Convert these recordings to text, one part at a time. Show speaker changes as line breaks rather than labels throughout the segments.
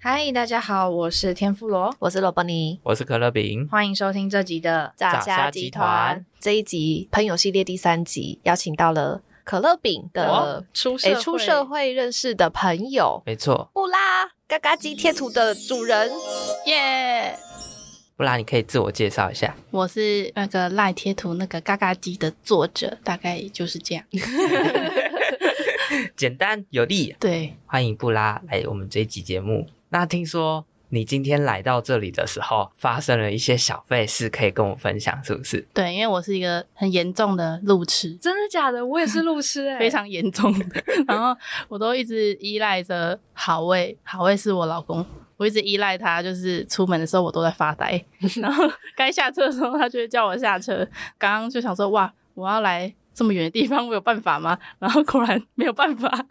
嗨，大家好，我是天妇罗，
我是罗伯尼。
我是可乐饼，
欢迎收听这集的
炸虾集团
这一集朋友系列第三集，邀请到了可乐饼的
呃出社
诶
会
出社会认识的朋友
没错。
布拉嘎嘎鸡贴图的主人，
耶
不然你可以自我介绍一下。
我是那个赖贴图那个嘎嘎鸡的作者，大概就是这样。
简单有力。
对，
欢迎布拉来我们这一集节目。那听说你今天来到这里的时候，发生了一些小费事，可以跟我分享，是不是？
对，因为我是一个很严重的路痴，
真的假的？我也是路 痴哎、
非常严重的，然后我都一直依赖着好味，好味是我老公。我一直依赖他，就是出门的时候我都在发呆，然后该下车的时候他就会叫我下车。刚刚就想说，哇，我要来这么远的地方，我有办法吗？然后果然没有办法。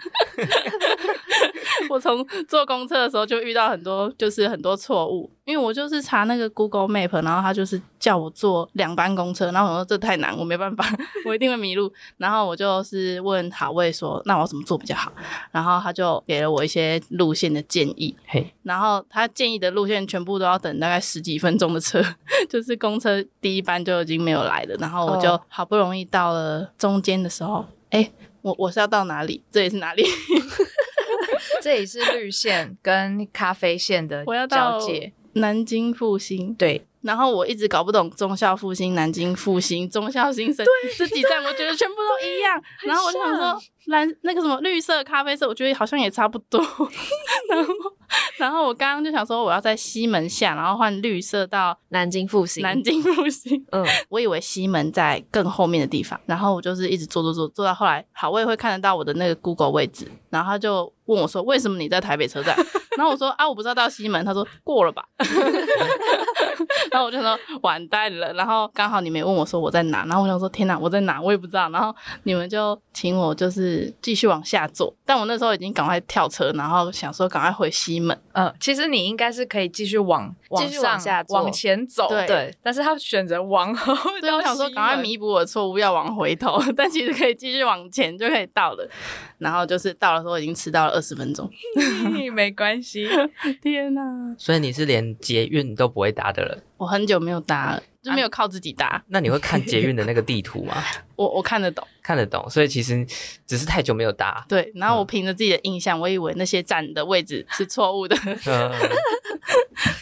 我从坐公车的时候就遇到很多，就是很多错误，因为我就是查那个 Google Map，然后他就是叫我坐两班公车，然后我说这太难，我没办法，我一定会迷路。然后我就是问好位说，那我要怎么做比较好？然后他就给了我一些路线的建议，
嘿，
然后他建议的路线全部都要等大概十几分钟的车， 就是公车第一班就已经没有来了。然后我就
哦
好不容易到了中间的时候，哎、我我是要到哪里？这里是哪里？
这里是绿线跟咖啡线的
我要
交
到
界，
南京复兴。
对，
然后我一直搞不懂忠孝复兴、南京复兴、忠孝新生这几站，我觉得全部都一样。然后我就想说，蓝那个什么绿色、咖啡色，我觉得好像也差不多。 然后，然后我刚刚就想说，我要在西门下，然后换绿色到
南京复兴，
南京复兴。
嗯，
我以为西门在更后面的地方，然后我就是一直坐坐坐坐到后来，好，我也会看得到我的那个 Google 位置，然后他就问我说：“为什么你在台北车站？”然后我说：“啊，我不知道到西门。”他说：“过了吧。” 然后我就说：“完蛋了。”然后刚好你们也问我说我在哪，然后我想说：“天哪，我在哪？我也不知道。”然后你们就请我就是继续往下坐，但我那时候已经赶快跳车，然后想说赶快回西门。
嗯、其实你应该是可以继续往
继续往
上
下坐
往前走，
对
但是他选择往后，
对，我想说赶快弥补我的错误，要往回头， 但其实可以继续往前就可以到了。然后就是到的时候已经迟到了二十分钟，
密，没关系，
天哪、
所以你是连捷运都不会搭的人。
我很久没有搭了，就没有靠自己搭。
那你会看捷运的 那个地图吗？
我我看得懂，
看得懂，所以其实只是太久没有搭。
对。然后我凭着自己的印象，我以为那些站的位置是错误的，
嗯，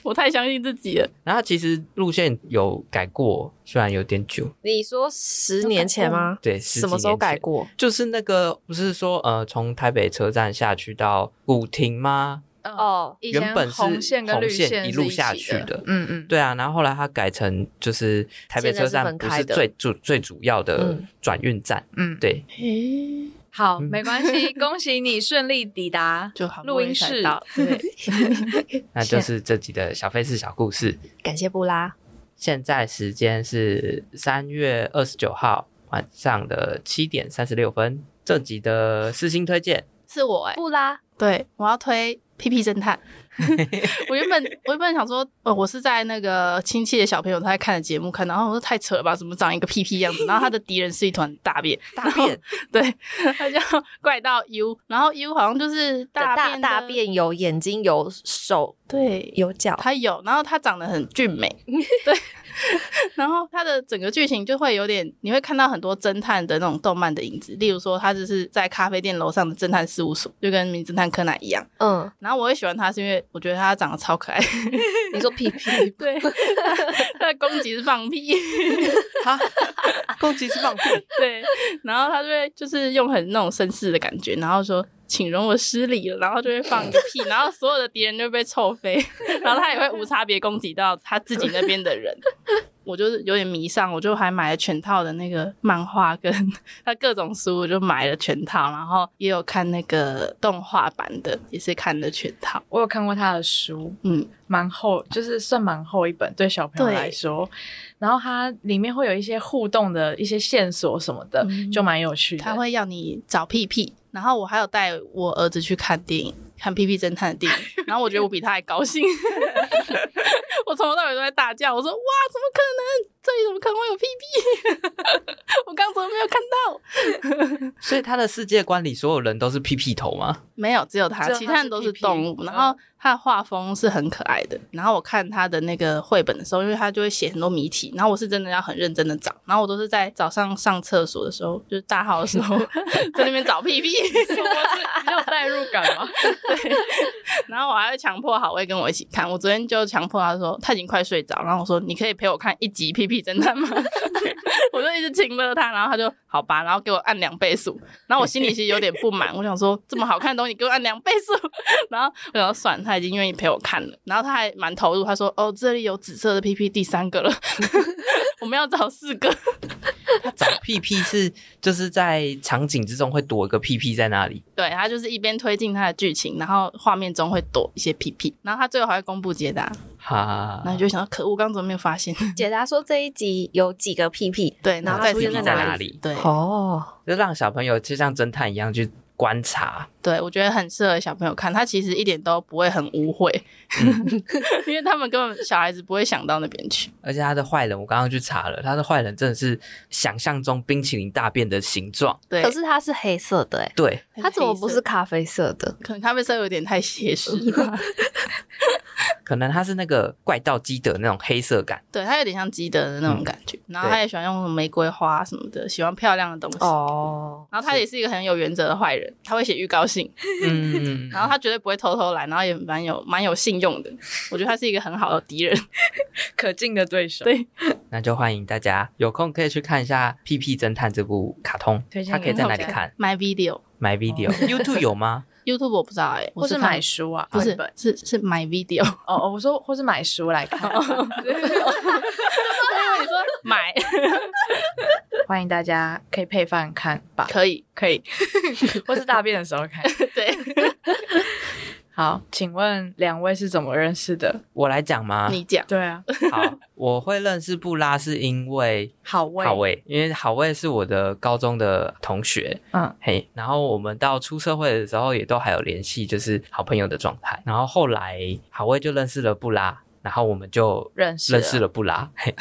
我太相信自己了。
然后其实路线有改过，虽然有点久，
你说十年前吗？
对，十
什么
几
时候
年前
改过？
就是那个不是说呃，从台北车站下去到古亭吗？
哦，
哦，
以前
原本是
红线跟绿
红线
线
一
是
路
一
下
起
去
的
的，
嗯嗯，
对啊，然后后来它改成就是台北车站不是最主最主要的
嗯
转运站，
嗯
对，
诶、
好，
嗯
没关系，恭喜你顺利抵达
就好不
录
容易
音
才
室
到，对，
那就是这集的小费事小故事。
感谢布拉，
现在时间是三月二十九号晚上的七点三十六分。这集的私心推荐，
是我哎、
布拉。
对，我要推《屁屁侦 探》。我原本我原本想说，呃，我是在那个亲戚的小朋友他在看的节目看到，然后我说太扯了吧，怎么长一个屁屁 样子？然后他的敌人是一团大便，
大便
对，他叫怪盗 U，然后 U 好像就是大
大
便
大
的，
便有眼睛有手
对，
有脚，
他有，然后他长得很 俊美，对，然后他的整个剧情就会有点，你会看到很多侦探的那种动漫的影子，例如说他就是在咖啡店楼上的侦探事务所，就跟名侦探柯南一样。
嗯，
然后我会喜欢他是因为我觉得他长得超可爱，
你说屁屁
对，他的攻击是放屁，
哈，攻击是放屁，
对，然后他就会就是用很那种绅士的感觉，然后说请容我失礼了，然后就会放一个屁，然后所有的敌人就被臭飞， 然后他也会无差别攻击到他自己那边的人。 我就是有点迷上，我就还买了全套的那个漫画跟他各种书，我就买了全套，然后也有看那个动画版的，也是看的全套。
我有看过他的书，
嗯，
蛮厚，就是算蛮厚一本，对小朋友
对
来说。然后它里面会有一些互动的一些线索什么的，
嗯
就蛮有趣的。
他会要你找屁屁，然后我还有带我儿子去看电影，看《屁屁侦探》的电影，然后我觉得我比他还高兴，我从头到尾都在大叫，我说哇，怎么可能？这里怎么可能会有屁屁？ 我刚怎么没有看到？
所以他的世界观里，所有人都是屁屁头吗？
没有，只有他，
只有他
其他人都是动物。
是嗯 PP
然后他的画风是很可爱的。然后我看他的那个绘本的时候，因为他就会写很多谜题，然后我是真的要很认真的找。然后我都是在早上上厕所的时候，就是大号的时 候，在那边找屁屁。
比较有代入感 嘛。
然后我还会强迫好威跟我一起看。我昨天就强迫他说他已经快睡着，然后我说你可以陪我看一集《屁屁侦探》吗？ 我就一直请了他，然后他就好吧，然后给我按两倍速。然后我心里其实有点不满，我想说这么好看的东西给我按两倍速， 然后我想说算了，他已经愿意陪我看了，然后他还蛮投入，他说哦这里有紫色的屁屁第三个了， 我们要找四个。
他找屁屁是就是在场景之中会躲一个屁屁在那里，
对他就是一边推进他的剧情，然后画面中会躲一些屁屁，然后他最后还会公布解
啊
答，
哈
然后，你就会想到可恶，刚刚怎么没有发现？
解答说这一集有几个屁屁
对，然
然
后
后
再
出
屁
现
屁
在
在
哪
哪
里
里？
对
哦，
就让小朋友就像侦探一样去观察。
对，我觉得很适合小朋友看，他其实一点都不会很污秽，
嗯
因为他们根本小孩子不会想到那边去。
而且他的坏人，我刚刚去查了，他的坏人真的是想象中冰淇淋大便的形状。
对，
可是它是黑色的哎，
对，
它怎么不
黑
是
色？
咖啡色的？
可能咖啡色有点太写实了，
可能他是那个怪盗基德那种黑色 感。
对，他有点像基德的那种感觉。然后他也喜欢用玫瑰花什么的，喜欢漂亮的东西。
哦，
然后他也是一个很有原则的坏人，他会写预告信，
嗯，
然后他绝对不会偷偷来，然后也蛮有蛮有信用的。我觉得他是一个很好的敌人。
可敬的对手。
对
那就欢迎大家有空可以去看一下《屁屁侦探》这部卡
嗯
通
推，荐
它可以在哪里看
？My Video、
？My Video，YouTube 有 吗？
YouTube 我不知道哎、我
或是
看
买书啊，
不是
哦
是是 My Video。
哦，哦我说或是买书来 看，
你说买
欢迎大家可以配饭看吧，
可以，
可以，或是大便的时候看。
对
好，请问两位是怎么认识的？
我来讲吗？
你讲，
对啊，
好，我会认识布拉是因为
好味，
好，味，因为好味是我的高中的同学，
嗯，
嘿，然后我们到出社会的时候也都还有联系，就是好朋友的状态。然后后来好味就认识了布拉，然后我们就
认识
认识了布拉，嘿，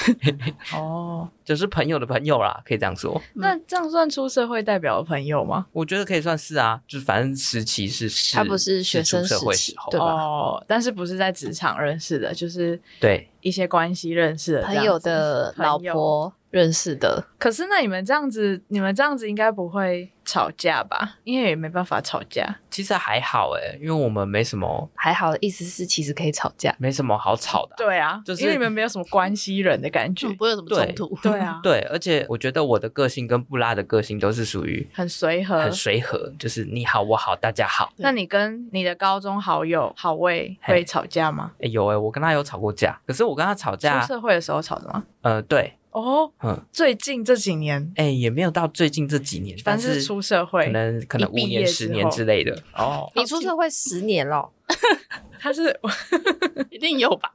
哦。
就是朋友的朋友啦，可以这样说。
那这样算出社会代表的朋友吗？
我觉得可以算是啊，就是反正时期是是，
他不是学生
出社会
时期
时候啊
对吧
哦，但是不是在职场认识的，就是
对，
一些关系认识的
朋
这样
友
子。
的
朋友
老婆认识的，
可是那你们这样子，你们这样子应该不会吵架吧？因为也没办法吵架。
其实还好诶，因为我们没什么
还好，意思是其实可以吵架。
没什么好吵的啊、
对啊，
就是
因为你们没有什么关系人的感觉
嗯，。不会有什么冲突。
对啊，
对，而且我觉得我的个性跟布拉的个性都是属于
很随和
很。随和，就是你好我好大家好。
那你跟你的高中好友好味
嘿
会吵架吗？
诶，哎有诶，我跟他有吵过架，可是我跟他吵
出
架，
社会的时候吵的吗？
呃，对，
啊哦，
嗯，
最近这几年，
诶，也没有到最近这几年，
反
但
正
是
是出社会
可能可能
一
五
毕业
年
之
十年
后
之类的哦。
你出社会十年了，
他是
一定有吧？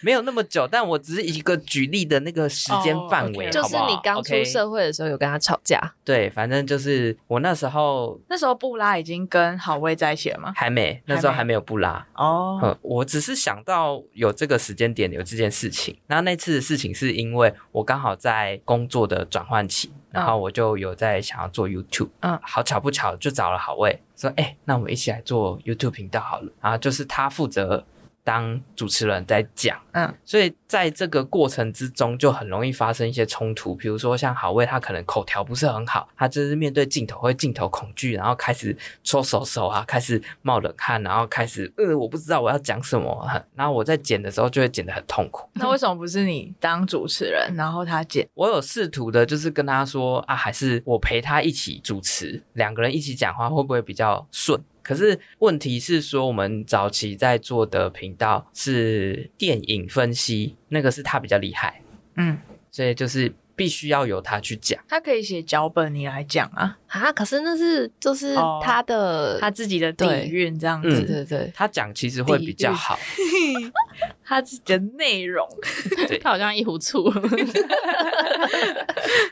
没有那么久，但我只是一个举例的那个时间
哦
范
OK，
围，
对
就
好
是
不好
你刚出
OK
社会的时候有跟他吵架，
对，反正就是我那时候
那时候布拉已经跟好味在一起了吗？
还没，那时候还没有布拉。
哦，
嗯，我只是想到有这个时间点有这件事情。那那次的事情是因为我刚好在工作的转换期，然后我就有在想要做 YouTube。
嗯
好巧不巧就找了好位，说哎、那我们一起来做 YouTube 频道好了。然后就是他负责当主持人在讲。
嗯，
所以在这个过程之中，就很容易发生一些冲突。比如说像好味，他可能口条不是很好，他就是面对镜头会镜头恐惧，然后开始搓手手啊，开始冒冷汗，然后开始呃，我不知道我要讲什么啊。然后我在剪的时候就会剪得很痛苦。
那为什么不是你当主持人，然后他剪？
我有试图的，就是跟他说啊，还是我陪他一起主持，两个人一起讲话会不会比较顺？可是问题是说，我们早期在做的频道是电影分析，那个是他比较厉害。
嗯，
所以就是必须要由他去讲。
他可以写脚本你来讲啊。
啊，可是那是就是
哦
他的，
他自己的底蕴这样
嗯
对
子，
对对，
他讲其实会比较好，
他自己的内容，
对，
他好像一壶醋，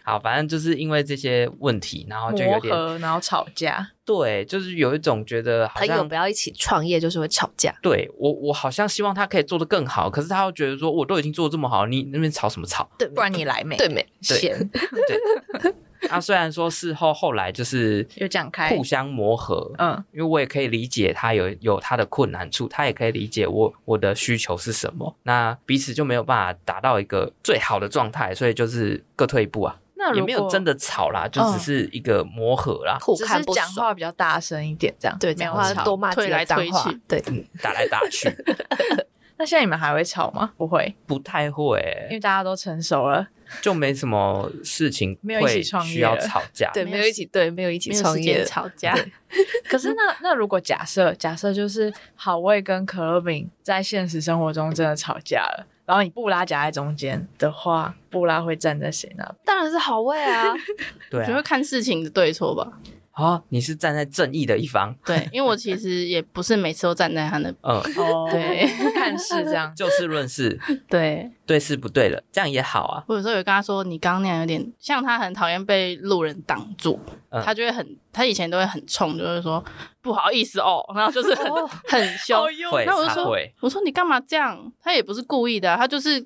好，反正就是因为这些问题，然哦后就有
磨
点
合，然后吵架，
对，就是有一种觉得好
朋友
像
不要一起创业就是会吵架，
对我，我好像希望他可以做得更好，可是他又觉得说我都已经做得这么好，你那边吵什么吵？
对，
不然你来没？
对没？
对
闲
对， 啊，虽然说事后后来就是
有讲开
互相磨合，
嗯
因为我也可以理解他有有他的困难处，他也可以理解我我的需求是什么，那彼此就没有办法达到一个最好的状态，所以就是各退一步啊，
那如果嗯
也没有真的吵啦，就只是一个磨合啦，
互
只
看
是
不
讲
爽，
话比较大声一点，这样
对，
没有啊
讲话
吵
多骂几
推
个
来
脏
推
话
去，
对，
嗯打来打 去，
那现在你们还会吵吗？不会，
不太会、
因 为大家都成熟了，
就没什么事情
没有一起
会
创业
需要
了
吵架，
对，没有一起，对，没有一起
没有
创
时
业
间，吵架。
可是那那如果假设假设就是好味跟可乐饼在现实生活中真的吵架了，然后你布拉夹在中间的话，布拉会站在谁那？
当然是好味啊，
对
你
啊
会，看事情的对错吧？
哦，你是站在正义的一方，，
对，因为我其实也不是每次都站在他那
嗯，
哦
对，
看是这样。
就事 论事，
对，
对事不对了，这样也好啊。
我有时候有跟他说，你刚刚那样有点像他很讨厌被路人挡住，
嗯
他就会很，他以前都会很冲，就是说不好意思哦，然后就是很、很凶。
会，
哦那我就
他
说
会，
我说你干嘛这样？他也不是故意的啊、他就是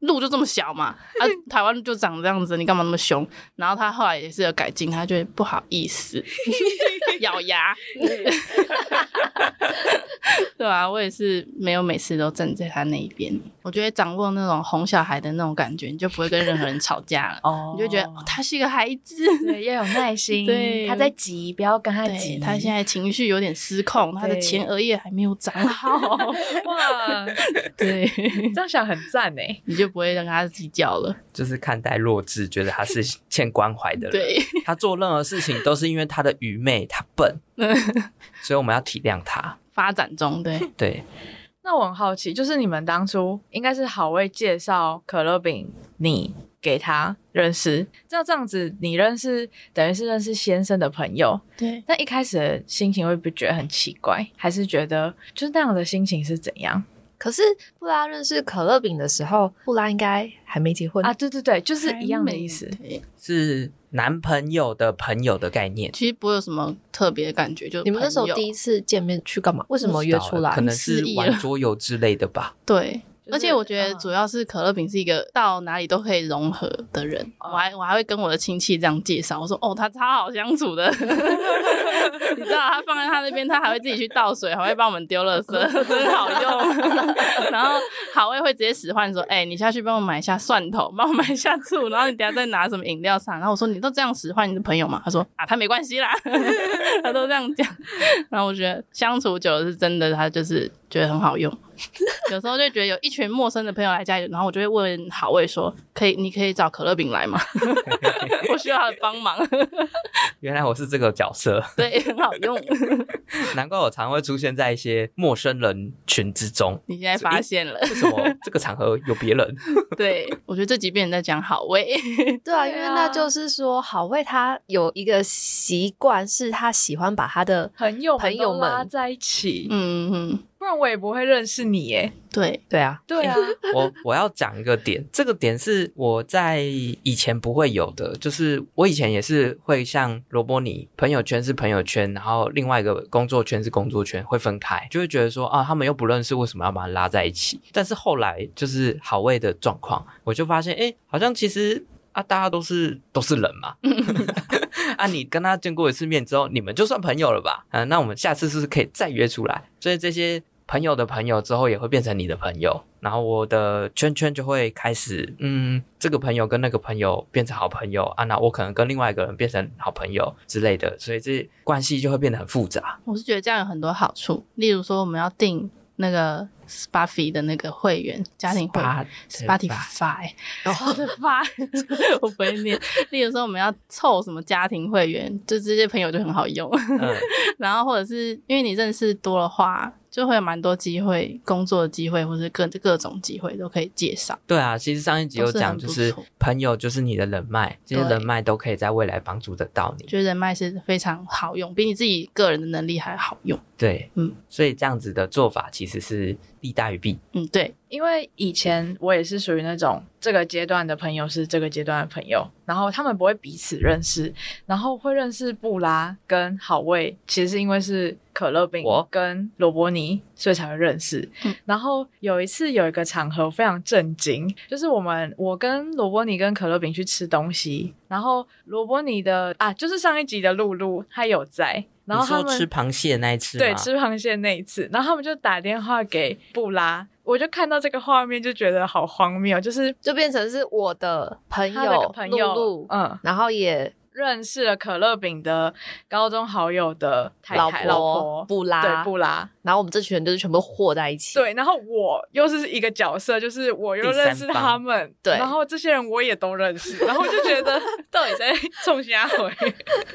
路就这么小 嘛，啊，台湾就长这样子，你干嘛那么凶？然后他后来也是有改进，他就会不好意思 咬牙， 对啊，我也是没有每次都站在他那一边。我觉得掌握那种哄小孩的那种感觉，你就不会跟任何人吵架 了，
哦
你就觉得、哦他是一个孩子。
对要有耐心，
对
他在急，不要跟他
对
急。
他 现在情绪有点失控，他的
对
前额叶还没有长 好，
哇，
对，
这样想很赞呢。欸
你就不会让他计较了。
就是看待弱智，觉得他 是欠关怀的人。
对，
他做任何事情都是因为他的愚昧，他笨，所以我们要体谅他。
发展 中，对，
对，
那我很好奇，就是你们当初应该是好味介绍可乐饼你给他认识，这样这样子你认识等于是认识先生的朋友，
对，
那一开始的心情会不会觉得很奇怪，还是觉得就是那样的心情是怎样
可是布拉认识可乐饼的时候，布拉应该还没结婚
啊？，对对对，就是一样的意思。
对，
是男朋友的朋友的概念。
其实不会有什么特别的感觉，就
你们那时候第
一
一次见面去干嘛？为什么
哦
约
欸
出来啊
可？能是
失忆了
玩桌游之类的吧。
对。
就是
而且我觉得主要是可乐饼是一个到哪里都可以融合的人，
哦
我还我还会跟我的亲戚这样介绍，我说哦，他超好相处的， 你知道他放在他那边，他还会自己去倒水，还会帮我们丢垃圾，真好用。然后好味会直接使唤说，哎、你下去帮我买一下蒜头，帮我买一下醋，然后你等下再拿什么饮料上。然后我说你都这样使唤你的朋友嘛，他说啊，他没关系啦，他都这样讲。 然后我觉得相处久了是真的，他就是觉得很好用。有时候就觉得有一群陌生的朋友来家里，然后我就会问好味说：“可以，你可以找可乐饼来吗？ 我需要他的帮忙。
原来我是这个角色，”
对，很好用。
难怪我常会出现在一些陌生人群之中。
你现在发现了，
为什么这个场合有别人？
对我觉得这几遍在讲好味，
对啊，
对
因
啊
为那就是说，好味他有一个习惯，是他喜欢把他的
朋友
朋
朋
友
友
们
拉在一起，
嗯嗯，
不然我也不会认识你耶。
对，
对啊，
对 啊，
我 我要讲一个点，这个点是我在以前不会有的，就是我以前也是会像罗伯尼，朋友圈是朋友圈，然后另外一个工作圈是工作圈，会分开，就会觉得说啊，他们又不认识，为什么要把它拉在一起？但是后来就是好味的状况，我就发现，哎、好像其实。啊，大家都是都是人嘛， 啊，你跟他见过一次面之后，你们就算朋友了吧？啊，那我们下次是不是可以再约出来？所以这些朋友的朋友之后也会变成你的朋友，然后我的圈圈就会开始，嗯，这个朋友跟那个朋友变成好朋友啊，那我可能跟另外一个人变成好朋友之类的，所以这关系就会变得很复杂。
我是觉得这样有很多好处，例如说我们要订那个 Spotify 的那个会员，家庭会员。Spotify，Spotify，我不会念。 例如说，我们要凑什么家庭会员，就这些朋友就很好用。
嗯，
然后或者是因为你认识多的话，就会有蛮多机会，工作的机会或是各各种机会都可以介绍。
对啊，其实上一集有讲，就
都是很
是
不错
朋友就是你的人脉，这些
对
人脉都可以在未来帮助得到你。
觉得人脉是非常好用，比你自己个人的能力还好用。
对，
嗯，
所以这样子的做法其实是利大于弊。
嗯，对，
因为以前我也是属于那种这个阶段的朋友是这个阶段的朋友，然后他们不会彼此认识，然后会认识布拉跟好味，其实是因为是可乐饼
我
跟罗伯尼，所以才会认识。
嗯
然后有一次有一个场合我非常震惊，就是我们我跟罗伯尼跟可乐饼去吃东西，然后罗伯尼的啊，就是上一集的露露，她有在。然后
你
他
说
们
吃螃蟹那一次
对，
吗
吃螃蟹那一次，然后他们就打电话给布拉，我就看到这个画面就觉得好荒谬，就是
就变成是我的朋
他的
友
朋友，
露露，
嗯，
然后也
认识了可乐饼的高中好友的太
老
太老
婆布拉，
对布拉，
然后我们这群人就是全部和在一起，，
对，然后我又是一个角色，就是我又
第三
认识他们，
对
然后这些人我也都认识，然后我就觉得到底在 冲瞎回，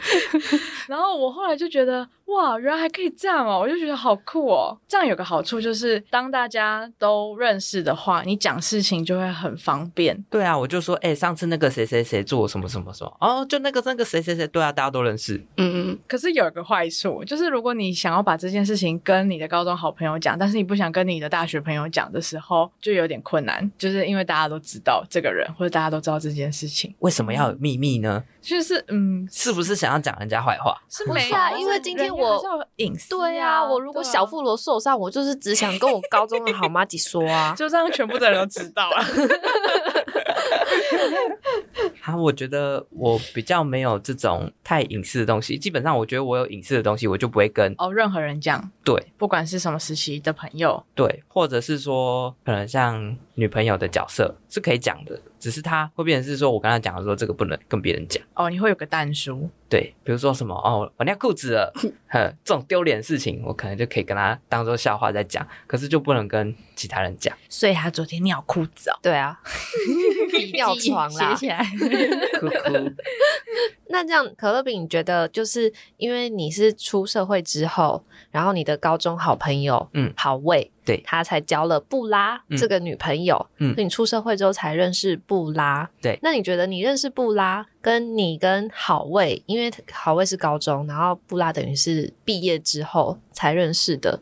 然后我后来就觉得哇，原来还可以这样哦，我就觉得好酷哦。这样有个好处就是，当大家都认识的话，你讲事情就会很方便。
对啊，我就说，哎、上次那个谁谁谁做什么什么什么，哦，就那个那个谁谁谁，对啊，大家都认识。
嗯嗯
可是有一个坏处，就是如果你想要把这件事情跟你的高中好朋友讲，但是你不想跟你的大学朋友讲的时候，就有点困难，就是因为大家都知道这个人，或者大家都知道这件事情。
为什么
嗯
要有秘密呢？
就是嗯，
是不是想要讲人家坏话？
是
不
没
是啊
有
因
但
为
是
今天
人家
我
还是要有隐私、
对
啊，
啊，我如果
对啊，
小富罗受伤，我就是只想跟我高中的好妈吉说啊
就让全部的人都知道 了。
啊，我觉得我比较没有这种太隐私的东西。基本上，我觉得我有隐私的东西，我就不会跟
哦，任何人讲，
对
不管是什么时期的朋友，
对，或者是说，可能像女朋友的角色是可以讲的，只是她会变成是说我跟她讲的时候，这个不能跟别人讲。
哦，你会有个淡叔，
对，比如说什么哦，我尿裤子了，哼，这种丢脸的事情，我可能就可以跟她当做笑话在讲，可是就不能跟其他人讲。
所以他昨天尿裤子哦。
对啊，
嗯，
尿床啦
写起来。
哭哭，
那这样，可乐饼，你觉得就是因为你是出社会之后，然后你的高中好朋友，
嗯
好味，
对
他才交了布拉
嗯
这个女朋友，
嗯
所以你出社会之后才认识布拉，
对
那你觉得你认识布拉，跟你跟好味，因为好味是高中，然后布拉等于是毕业之后才认识的，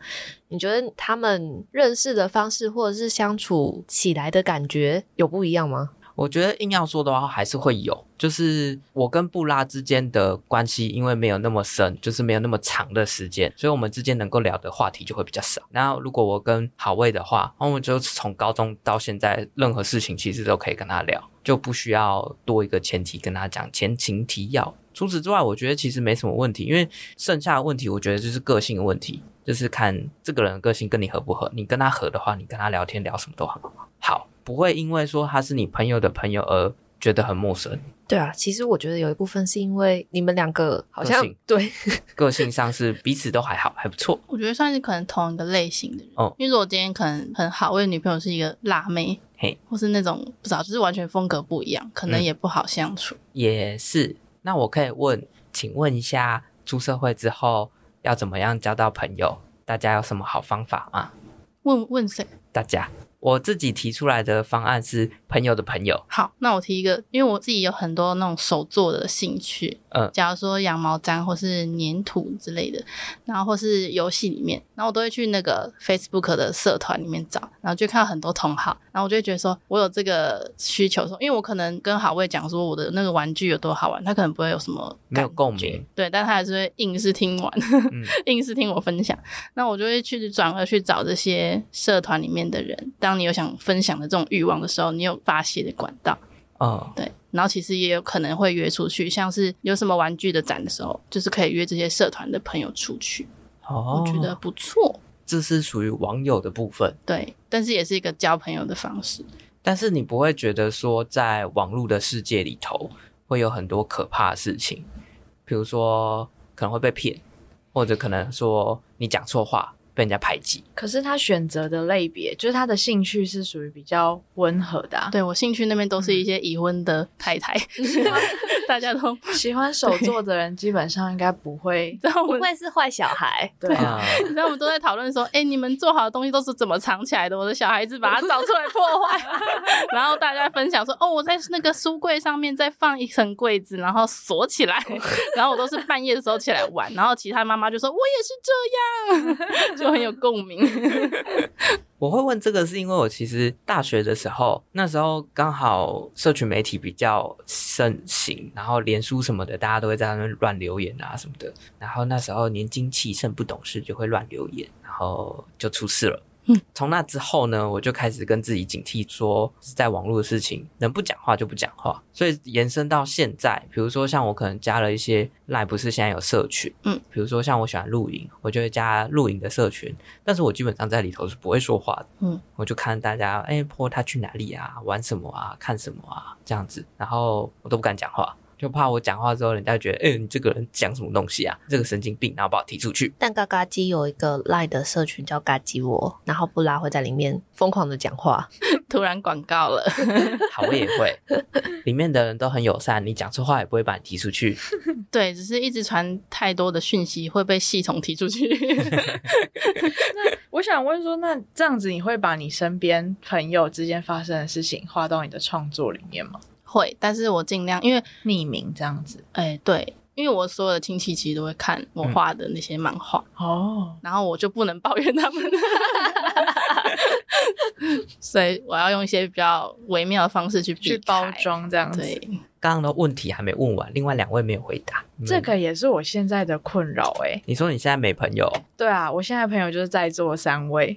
你觉得他们认识的方式或者是相处起来的感觉有不一样吗？
我觉得硬要说的话，还是会有，就是我跟布拉之间的关系，因为没有那么深，就是没有那么长的时间，所以我们之间能够聊的话题就会比较少。然后如果我跟好味的话，那我们就从高中到现在，任何事情其实都可以跟他聊，就不需要多一个前提跟他讲前情提要。除此之外，我觉得其实没什么问题，因为剩下的问题，我觉得就是个性的问题，就是看这个人的个性跟你合不合。你跟他合的话，你跟他聊天聊什么都很好，不会因为说他是你朋友的朋友而觉得很陌生。
对啊，其实我觉得有一部分是因为你们两个好像
个性
对。
个性上是彼此都还好，还不错。
我觉得算是可能同一个类型的人。
哦
因为如果我今天可能很好，我的女朋友是一个辣妹，
嘿，
或是那种不知道，就是完全风格不一样，可能
嗯
也不好相处。
也是。那我可以问，请问一下，出社会之后要怎么样交到朋友？大家有什么好方法吗？
问问谁？
大家，我自己提出来的方案是朋友的朋友，
好，那我提一个，因为我自己有很多那种手做的兴趣，
嗯
假如说羊毛毡或是粘土之类的，然后或是游戏里面，然后我都会去那个 Facebook 的社团里面找，然后就看到很多同好，然后我就会觉得说我有这个需求说因为我可能跟好味讲说我的那个玩具有多好玩，他可能不会有什么
没有
感
共
觉
鸣，
对，但他还是会硬是听完，
嗯
硬是听我分享。那我就会去转而去找这些社团里面的人。当你有想分享的这种欲望的时候，你有发泄的管道，
嗯，
对。然后其实也有可能会约出去，像是有什么玩具的展的时候，就是可以约这些社团的朋友出去，
哦，
我觉得不错。
这是属于网友的部分。
对，但是也是一个交朋友的方式。
但是你不会觉得说，在网络的世界里头会有很多可怕的事情，比如说可能会被骗，或者可能说你讲错话，被人家排挤。
可是他选择的类别，就是他的兴趣是属于比较温和的、啊，
对我兴趣那边都是一些已婚的太太，大家都。
喜欢手作的人基本上应该不会
然后我
不
们
会是坏小 孩。
对啊，
啊，
然后我们都在讨论说，哎、你们做好的东西都是怎么藏起来的？我的小孩子把它找出来破坏。然后大家分享说，哦，我在那个书柜上面再放一层柜子，然后锁起来。然后我都是半夜的时候起来玩，然后其他妈妈就说，我也是这样，就 很有共鸣。
我会问这个是因为我其实大学的时候，那时候刚好社群媒体比较盛行，然后脸书什么的，大家都会在那边乱留言啊什么的。然后那时候年轻气盛不懂事，就会乱留言，然后就出事了。从那之后呢，我就开始跟自己警惕说，在网络的事情能不讲话就不讲话。所以延伸到现在，比如说像我可能加了一些赖，不是现在有社群，
嗯，
比如说像我喜欢露营，我就会加露营的社群，但是我基本上在里头是不会说话的，
嗯，
我就看大家，哎、泼他去哪里啊，玩什么啊，看什么啊，这样子，然后我都不敢讲话。就怕我讲话之后，人家觉得，哎、你这个人讲什么东 西啊？这个神经病，然后把我踢出 去。
但嘎嘎鸡有一个 line 的社群叫嘎鸡窝，然后布拉会在里面疯狂的讲话。
突然广告了，
好，我也会。里面的人都很友善，你讲错话也不会把你踢出去。
对，只是一直传太多的讯息会被系统踢出去。
我想问说，那这样子你会把你身边朋友之间发生的事情画到你的创作里面吗？
会，但是我尽量，因为
匿名这样子
哎、对，因为我所有的亲戚其实都会看我画的那些漫画，
哦，
然后我就不能抱怨他们， 所以我要用一些比较微妙的方式去避
去
开
包。装这样子。
对，
刚刚的问题还没问完，另外两位没有回答。你们
这，个也是我现在的困扰哎、
你说你现在没朋友，
对啊，我现在朋友就是在座三位，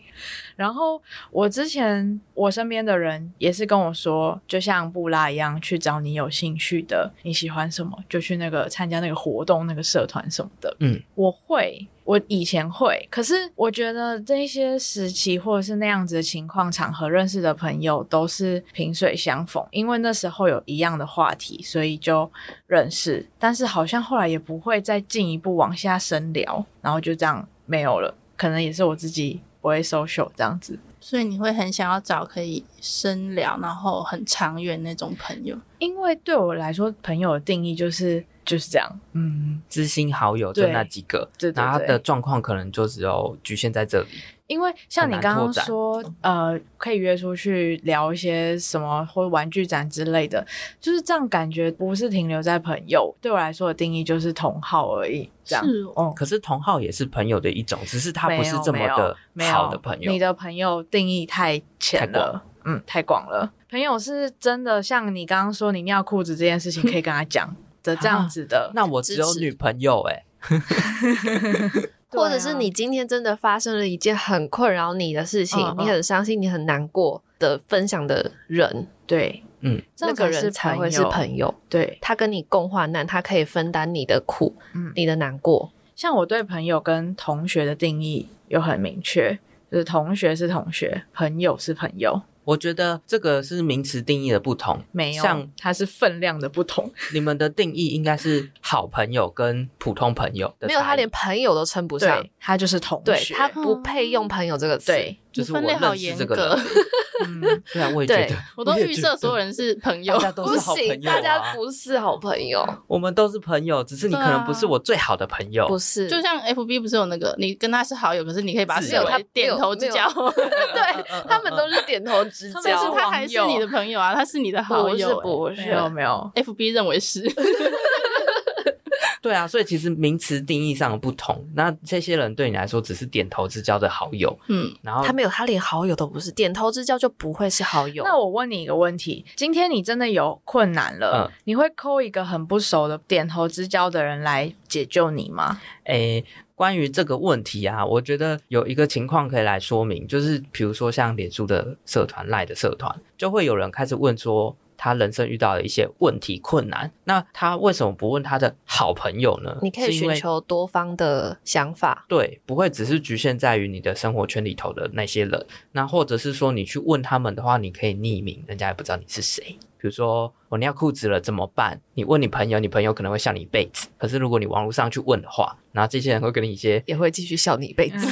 然后我之前我身边的人也是跟我说，就像布拉一样，去找你有兴趣的，你喜欢什么就去那个参加那个活动、那个社团什么的。
嗯，
我会，我以前会，可是我觉得这一些时期或者是那样子的情况场合认识的朋友都是萍水相逢，因为那时候有一样的话题，所以就认识，但是好像后来也不会再进一步往下深聊，然后就这样没有了。可能也是我自己不会 social 这样子。
所以你会很想要找可以深聊，然后很长远那种朋友。
因为对我来说，朋友的定义就是就是这样，嗯，
知心好友就
对
那几个，
对对
然后他
对
的状况可能就只有局限在这里。
因为像你
很难
刚
拓
刚
展
说，呃，可以约出去聊一些什么或玩具展之类的，就是这样感觉不是停留在朋友，对我来说的定义就是同好而已，这样。
是哦，
哦，
可是同好也是朋友的一种，只是他不是这么的
没有
好的朋友。
你的朋友定义太浅了，嗯，太广了。朋友是真的，像你刚刚说你尿裤子这件事情，可以跟他讲 的这
啊
样子的。
那我只有
支持
女朋友哎、
对啊
或者是你今天真的发生了一件很困扰你的事情，
嗯嗯
你很伤心，你很难过的分享的人，
对，
嗯，
这
那
样
个人才会是
友。
朋友。
对，
他跟你共患难，他可以分担你的苦、
嗯，
你的难过。
像我对朋友跟同学的定义又很明确，就是同学是同学，朋友是朋友，
我觉得这个是名词定义的不同。
没有
像
它是分量的不同。
你们的定义应该是好朋友跟普通朋友的
没有，
差异
他连朋友都称不上
对，，他就是同
对
学。
他不配用朋友这个词。
对，
就是
你
我
分类好
认识
严
这个
格
人，，
嗯，
对啊，我也觉
对
得，
我都
也
预
觉
设所有
得
人是朋友
大。家都
不
是好朋友、啊哦
行，、大家不是好朋友，
我们都是朋友，只是你
对
可
啊
能不是我最好的朋友。
不是，
就像 F B 不是有那个，你跟他是好友，可是你可以把他
是
视为
有
他
点头之
没有
交，
对他们都是点头之
他们
但
交
是
交
往。
他还是你的朋友啊，他是你的好
不
友、欸啊
是不
没有
是，
没有，
F B 认为是，
对啊，所以其实名词定义上的不同，那这些人对你来说只是点头之交的好友，
嗯，
然后
他没有，他连好友都不是，点头之交就不会是好友。
那我问你一个问题：今天你真的有困难了，
嗯
你会抠一个很不熟的点头之交的人来解救你吗？
诶，关于这个问题啊，我觉得有一个情况可以来说明，就是比如说像脸书的社团、赖的社团，就会有人开始问说。他人生遇到的一些问题困难，那他为什么不问他的好朋友呢？
你可以
是因
寻
为
求多方的想法，
对，不会只是局限在于你的生活圈里头的那些人，那或者是说你去问他们的话，你可以匿名，人家也不知道你是谁。比如说我尿裤子了怎么办？你问你朋友，你朋友可能会笑你一辈子。可是如果你网络上去问的话，然后这些人会给你一些，
也会继续笑你一辈
嗯
子。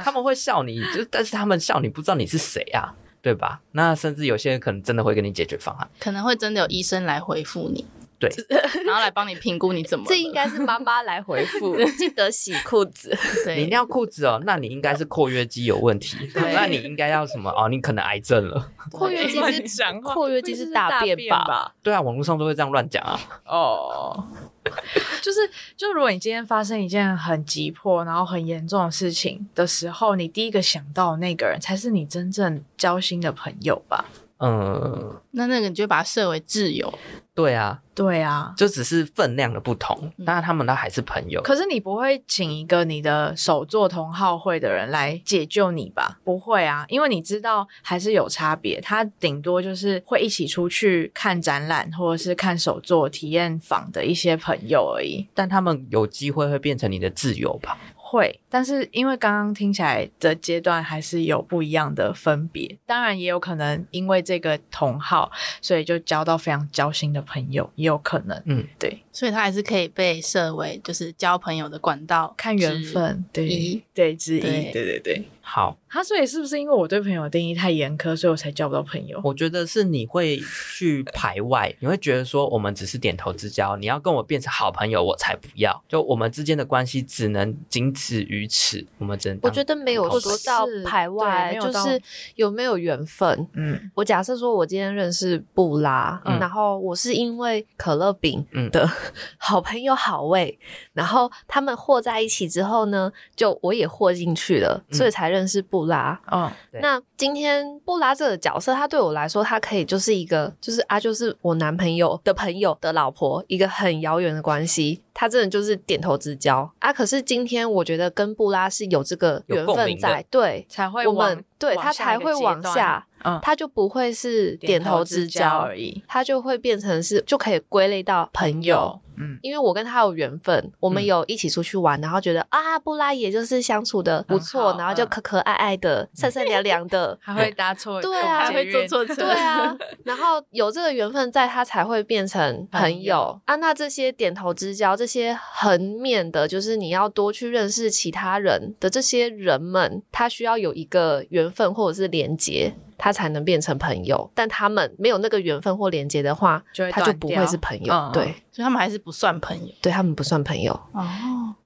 他们会笑你，就但是他们笑你不知道你是谁啊，对吧？那甚至有些人可能真的会给你解决方案。
可能会真的有医生来回复你，
对，
然后来帮你评估你怎么
嗯
了。
这应该是妈妈来回复， 记得洗裤 子。
对
你尿裤子哦，那你应该是括约肌有问题，
对
那你应该要什么哦？你可能癌症了。
括约肌
乱
是
讲话
括约肌
会
是
是
大
大
便
便
吧？
吧？
对啊，网络上都会这样乱讲啊。
哦， 就是，就如果你今天发生一件很急迫，然后很严重的事情的时候，你第一个想到的那个人才是你真正交心的朋友吧？
嗯，
那那个你就把它设为挚友，
对啊，
对啊，
就只是分量的不同，
嗯
当然他们都还是朋友。
可是你不会请一个你的手作同好会的人来解救你吧？不会啊，因为你知道还是有差别。他顶多就是会一起出去看展览，或者是看手作体验坊的一些朋友而已。
但他们有机会会变成你的挚友吧？
会，但是因为刚刚听起来的阶段还是有不一样的分别，当然也有可能因为这个同好，所以就交到非常交心的朋友，也有可能
嗯，
对，
所以它还是可以被设为就是交朋友的管道，
看缘。分，对
一
对之一，
对
对对对。
好，
他所以是不是因为我对朋友的定义太严苛，所以我才交不到朋友？
我觉得是你会去排外，你会觉得说我们只是点头之交，你要跟我变成好朋友，我才不要。就我们之间的关系只能仅止于此，我们只能
我
当
觉得没有
不
说到
是
排外，
对没
就
有到
是有没有缘分。
嗯，
我假设说，我今天认识布拉，
嗯
然后我是因为可乐饼
嗯
的 好朋友好味，然后他们和在一起之后呢，就我也和进去了，
嗯
所以才认识布拉。
哦，
对
那今天布拉这个角色，他对我来说，他可以就是一个，就是啊，就是我男朋友的朋友的老婆，一个很遥远的关系。他真的就是点头之交啊。可是今天我觉得跟布拉是有这个
有
缘
共
分
鸣的
在，对
才会
我
往
们对
往
他
下
才
一个
会
阶
往
段
下，
嗯，
他就不会是点头之
交
交
而，已。
他就会变成是就可以归类到朋友。，
嗯，
因为我跟他有缘分，我们
嗯
有一起出去玩，然后觉得啊，布拉也就是相处的不错，
很好
然后就
嗯，
可可爱爱的、善善良良的
还会搭错，
对啊
还会坐错车，
对啊，然后有这个缘分在，他才会变成朋
朋
友
友
啊。那这些点头之交，这些横面的，就是你要多去认识其他人的这些人们，他需要有一个缘分或者是连接。他才能变成朋友，但他们没有那个缘分或连接的话，
就会
他就
断
不会
掉
是朋友。
嗯
对，
所以他们还是不算朋友
对他们不算朋友，
哦。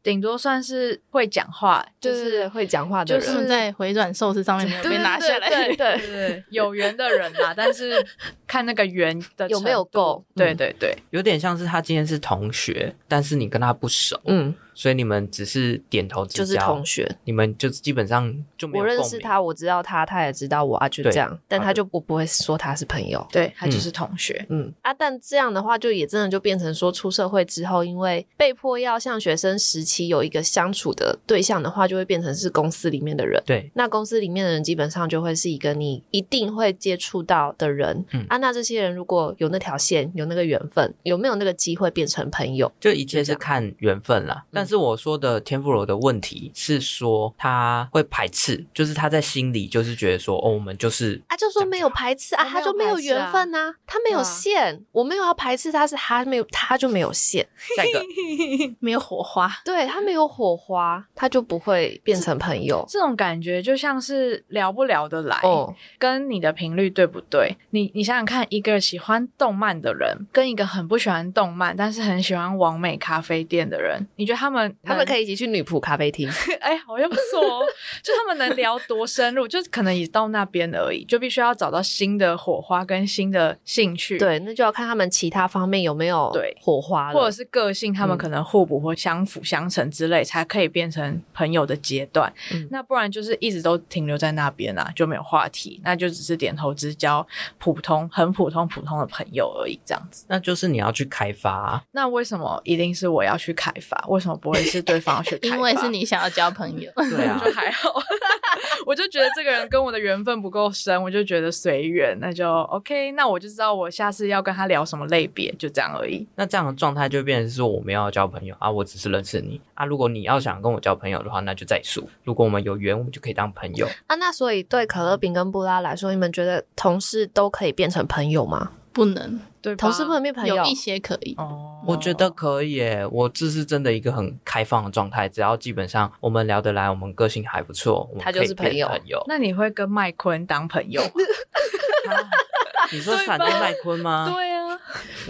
顶多算是会讲话，就
就是是会讲话的
就
人。
他们在回转寿司上面没有
对
被拿下来，
对对对对
是有缘的人啦，但是看那个缘的
有没有
程度
够
对
嗯
对对，
有点像是他今天是同学，但是你跟他不熟，
嗯，
所以你们只是点头之交，
就是同学。
你们就基本上就没有
我认
共
识
鸣
他，我知道他，他也知道我啊，就
对
这样。但
好
他
的
就我不会说他是朋友。
对他就是同学，
嗯啊，但这样的话，就也真的就变成说，出社会之后，因为被迫要向学生时期有一个相处的对象的话，就会变成是公司里面的人。
对，
那公司里面的人基本上就会是一个你一定会接触到的人、
嗯
啊。那这些人如果有那条线，有那个缘分，有没有那个机会变成朋友？
就一切是看缘分
嗯
啦。但是我说的天妇罗的问题是说他会排斥，就是他在心里就是觉得说，哦，我们就是
啊，就说没有排斥啊，
哦我没
他
有
就没有
排斥
缘
啊
分呐、他没有
对啊
线，我没有要排斥他，是他没有，他就没有线，
下一个，
没有火花。
对他没有火花，他就不会变成朋 友。
这种感觉就像是聊不聊得来，
哦，
跟你的频率对不对？你你想想看，一个喜欢动漫的人，跟一个很不喜欢动漫，但是很喜欢完美咖啡店的人，你觉得他们
他们可
以？
以一起去女仆咖啡厅，
哎，好像不错哦，就他们能聊多深入，就可能也到那边而已，就必须要找到新的火花跟新的兴趣，，
对，那就要看他们其他方面有没有
对
火花
或者
了。
是个性，他
嗯
们可能互补或相辅相成之类，才可以变成朋友的阶段。
嗯
那不然就是一直都停留在那边啊，就没有话题，那就只是点头之交，普通很普通普通的朋友而已，这样子。
那就是你要去开发啊、
那为什么一定是我要去开发？为什么不会是对方要去开发？
因为是，你想要交朋 友，
对 啊
就还好。 我就觉得这个人跟我的缘分不够深，我就觉得随缘，那就 OK。那我就知道我下次要跟他聊什么类别，就这样而已。
那这样的状态就变成是说我们要交朋友啊，我只是认识你啊。如果你要想跟我交朋友的话，那就再说。如果我们有缘，我们就可以当朋
哦
友。
啊，那所以对可乐饼跟布拉来说，你们觉得同事都可以变成朋友吗？
不能，
对吧，
同事不能变朋友啊
有一些可以。
哦，
我觉得可以耶，我这是真的一个很开放的状态，只要基本上我们聊得来，我们个性还不错，我们
他
可以
就是朋友
变朋友。
那你会跟麦昆当朋 友吗？
你说闪电麦昆吗？
对啊，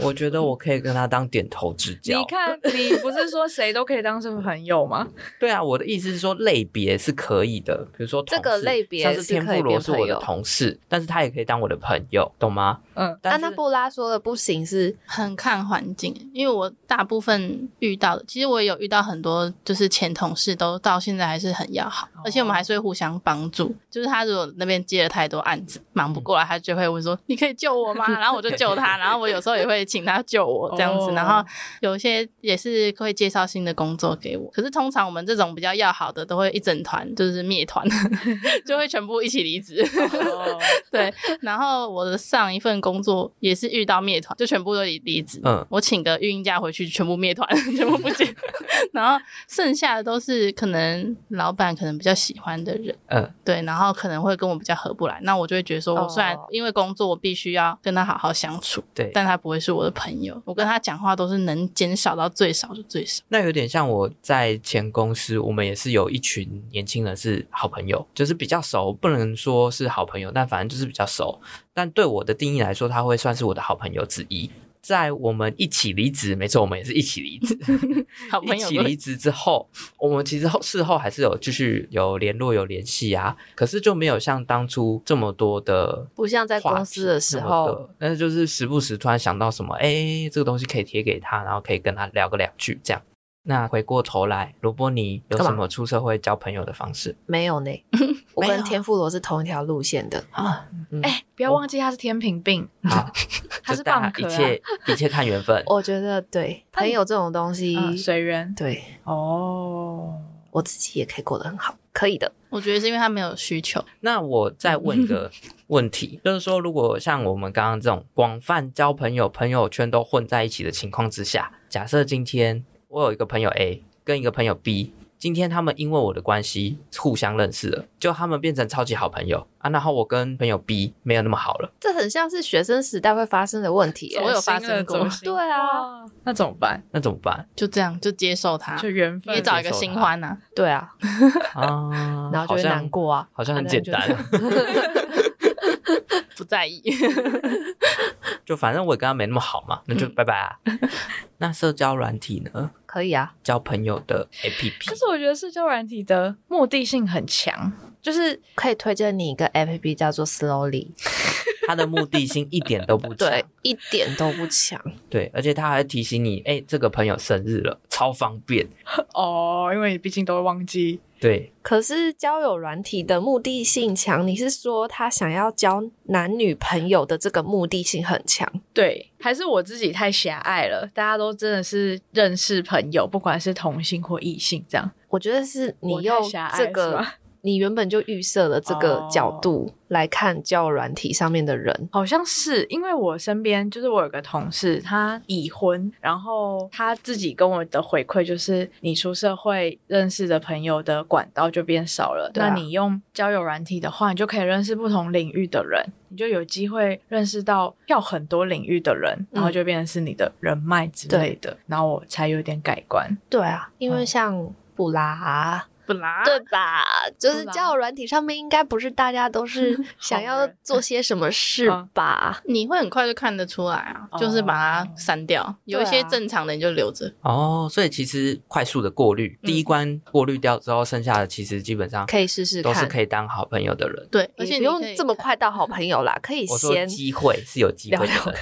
我觉得我可以跟他当点头之交。
你看，你不是说谁都可以当成朋友吗？
对啊，我的意思是说类别是可以的，比如说同事
这个类别
像是
是可以
天妇罗
变
是
朋
我的
友
同事，但是他也可以当我的朋友，懂吗？
嗯，
安
但
娜
是
布拉说的啊不行是，
很看环境，因为我大部分遇到的，其实我也有遇到很多，就是前同事都到现在还是很要好，而且我们还是会互相帮助。就是他如果那边接了太多案子，忙不过来，他就会问说：“你可以救我吗？”然后我就救他，然后我有时候也会请他救我这样子。
哦
然后有一些也是会介绍新的工作给我，可是通常我们这种比较要好的，都会一整团就是灭团， 就会全部一起离职。
哦
对，然后我的上一份工作也是遇到灭团，就全部都离离职。
嗯
我请个育婴假回去，全部灭团， 全部不见。然后剩下的都是可能老板可能比较喜欢的人，
嗯，
对，然后可能会跟我比较合不来。那我就会觉得说，我虽然
哦
因为工作我必须要跟他好好相处，
对。
但他不会是我的朋友。我跟他讲话都是能减少到最少就最少。
那有点像我在前公司，我们也是有一群年轻人是好朋友，就是比较熟，不能说是好朋友，但反正就是比较熟。但对我的定义来说，他会算是我的好朋友之一。在我们一起离职，没错，我们也是一起离职。
好朋
一
友
起离职之后，我们其实后事后还是有继续有联络、有联系啊，可是就没有像当初这么多的
不像在
话
公
题
司的时
那么
候，
多，但是就是时不时突然想到什么，哎、这个东西可以贴给他，然后可以跟他聊个两句这样。那回过头来，罗伯尼有
干嘛
什么出社会交朋友的方式
没有呢。我
没
跟
有
天妇罗是同一条路线的，
啊？
哎、不要忘记他是天平病，
好，
他
就是大
蚌
家
壳、
一
啊，
切一切看缘分。
我觉得对
他
朋友这种东西，
嗯水源
对
哦。
我自己也可以过得很好，可以的。
我觉得是因为他没有需求，
那我再问一 个问题，就是说，如果像我们刚刚这种广泛交朋友、朋友圈都混在一起的情况之下，假设今天我有一个朋友 A 跟一个朋友 B，今天他们因为我的关系互相认识了，就他们变成超级好朋友啊，然后我跟朋友 B 没有那么好了，
这很像是学生时代会发生的问题耶、欸
我有发生过
走心了
对啊，
哇那怎么办？
那怎么办
就这样就接受他，
就缘分
啊也找一个新欢呐、啊。
对啊，
啊
？然后就会难过啊，
好像，好像很简
啊。然后
单，
就
不在意。
就反正我也跟他没那么好嘛，那就拜拜 啊。那社交软体呢？
可以啊，
交朋友的 APP，
可是我觉得社交软体的目的性很强，就是
可以推荐你一个 A P P 叫做 Slowly，
它的目的性一点都不强。
对，一点都不强。
对，而且他还提醒你，哎、这个朋友生日了，超方便。
哦，因为你毕竟都会忘记
对，
可是交友软体的目的性强，你是说他想要交男女朋友的这个目的性很强？
对，还是我自己太狭隘了。大家都真的是认识朋友，不管是同性或异性，这样
我觉得是你
我太
用
狭隘
这
是
个
吧，
你原本就预设了这个角度来看交友软体上面的人。
好像是因为我身边就是我有个同事，他已婚，然后他自己跟我的回馈就是，你出社会认识的朋友的管道就变少了。
对啊
那你用交友软体的话，你就可以认识不同领域的人，你就有机会认识到要很多领域的人，然后就变成是你的人脉之类的。然后我才有点改观。
对啊，因为像布拉啊、
本来
对吧？就是
布拉
交友软体上面应该不是大家都 是想要
人
做些什么事
嗯
吧？
你会很快就看得出来啊，
哦
就是把它删掉。有一些正常的你就留着，
哦，所以其实快速的过滤，
嗯
第一关过滤掉之后，剩下的其实基本上
可以试试
都是
看，
可以当好朋友的人。
对，
也
而且
不
你可
用
以
这么快到好朋友啦，可以
我说
先
机会是有机会的
聊聊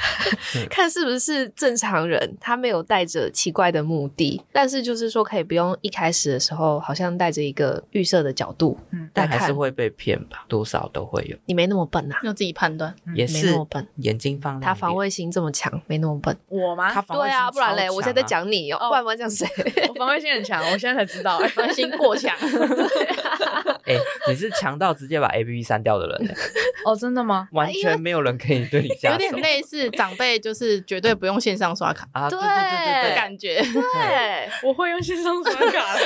人，
看是不是正常人，他没有带着奇怪的目的，但是就是说可以不用一开始的时候好像带着一个预设的角度，
嗯
但
来看
还是会被骗吧，多少都会有，
你没那么笨啊，
要自己判断。
嗯
也
没
是
那么笨。
眼睛放亮一点
他防，卫心这么强，没那么笨。
我吗？
他防卫
对
心
啊，不然
超
嘞，我现在在
强啊，
讲你哦，
哦
不然我讲 谁？
我防卫心很强，我现在才知道、 哎
关心过强，
哎、你是强到直接把 A P P 删掉的 人，欸
哦，真的吗？
哎
完全没有人可以对你下
有
手
点类似长辈，就是绝对不用线上刷卡
啊！对
对
对对
的
对
感觉。
对，
我会用线上刷卡了。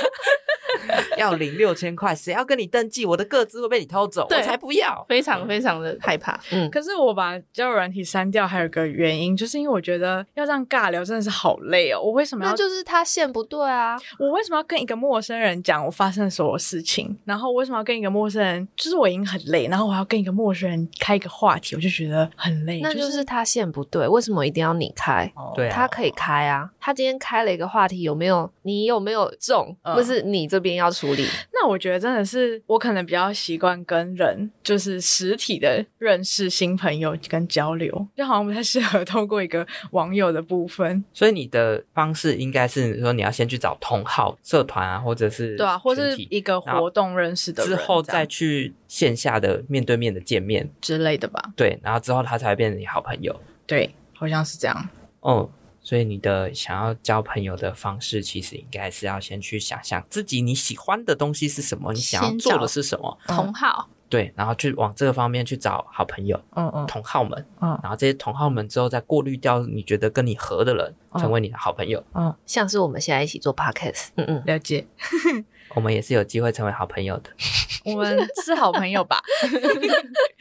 要领六千块，谁要跟你登记？我的个资会被你偷走，
对
我才不要。
非常非常的害怕。
可是我把交友软体删掉，还有一个原因，就是因为我觉得要这样尬聊真的是好累哦。我为什么要
那就是他线不对啊，
我为什么要跟一个陌生人讲我发生的所有事情？然后我为什么要跟一个陌生人？就是我已经很累，然后我还要跟一个陌生人开一个话题，我就觉得很累。
那就是是他线不对，为什么一定要你开？
对啊
他可以开啊，他今天开了一个话题，有没有你有没有中？
嗯
不是你这边要处理，
那我觉得真的是我可能比较习惯跟人就是实体的认识新朋友跟交流，就好像不太适合透过一个网友的部分，
所以你的方式应该是说，你要先去找同好社团啊，或者是
对啊，或是
群体
一个活动认识的
之
人
后
这样
再去线下的面对面的见面，
之类的吧。
对，然后之后他才会变成你好朋友。
对，好像是这样。
哦，所以你的想要交朋友的方式，其实应该是要先去想象自己你喜欢的东西是什么，你想要
先
做的
找
是什么，
嗯
同好，
对，然后去往这个方面去找好朋友、
嗯嗯
同好们，
嗯
然后这些同好们之后再过滤掉你觉得跟你合的人，
嗯
成为你的好朋友。
像是我们现在一起做 podcast，嗯嗯，
了解。
我们也是有机会成为好朋友的，
我们是好朋 友吧？。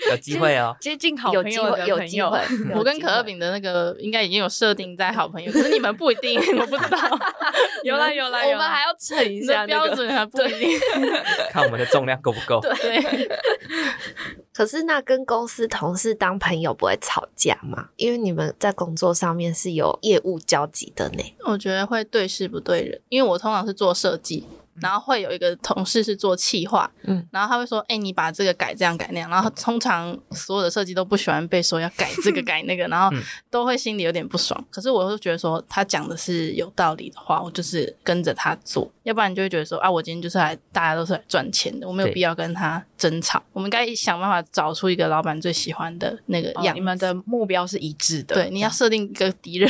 有机会哦
接近好
有
朋
机
友
会，
的
有
朋
机
友
会。，有
我跟
机
可乐
会
饼的那个应该已经有设定在好朋友，可是你们不一定，我不知 道，
有啦有啦，有啦
我们还要称一
你
下
的标
那个。
准还不一定。
看我们的重量够不够？
对，
可是那跟公司同事当朋友不会吵架吗？因为你们在工作上面是有业务交集的呢。
我觉得会对事不对人，因为我通常是做设计。然后会有一个同事是做企划，
嗯
嗯，然后他会说，哎、你把这个改这样改那样，然后通常所有的设计都不喜欢被说要改 这个改那个，然后
嗯
都会心里有点不爽。可是我就觉得说，他讲的是有道理的话，我就是跟着他做，要不然你就会觉得说，啊，我今天就是来，大家都是来赚钱的，我没有
对
必要跟他争吵。我们应该想办法找出一个老板最喜欢的那个
哦
样
你
子。
们的目标是一致的，
对，你要设定一个敌人，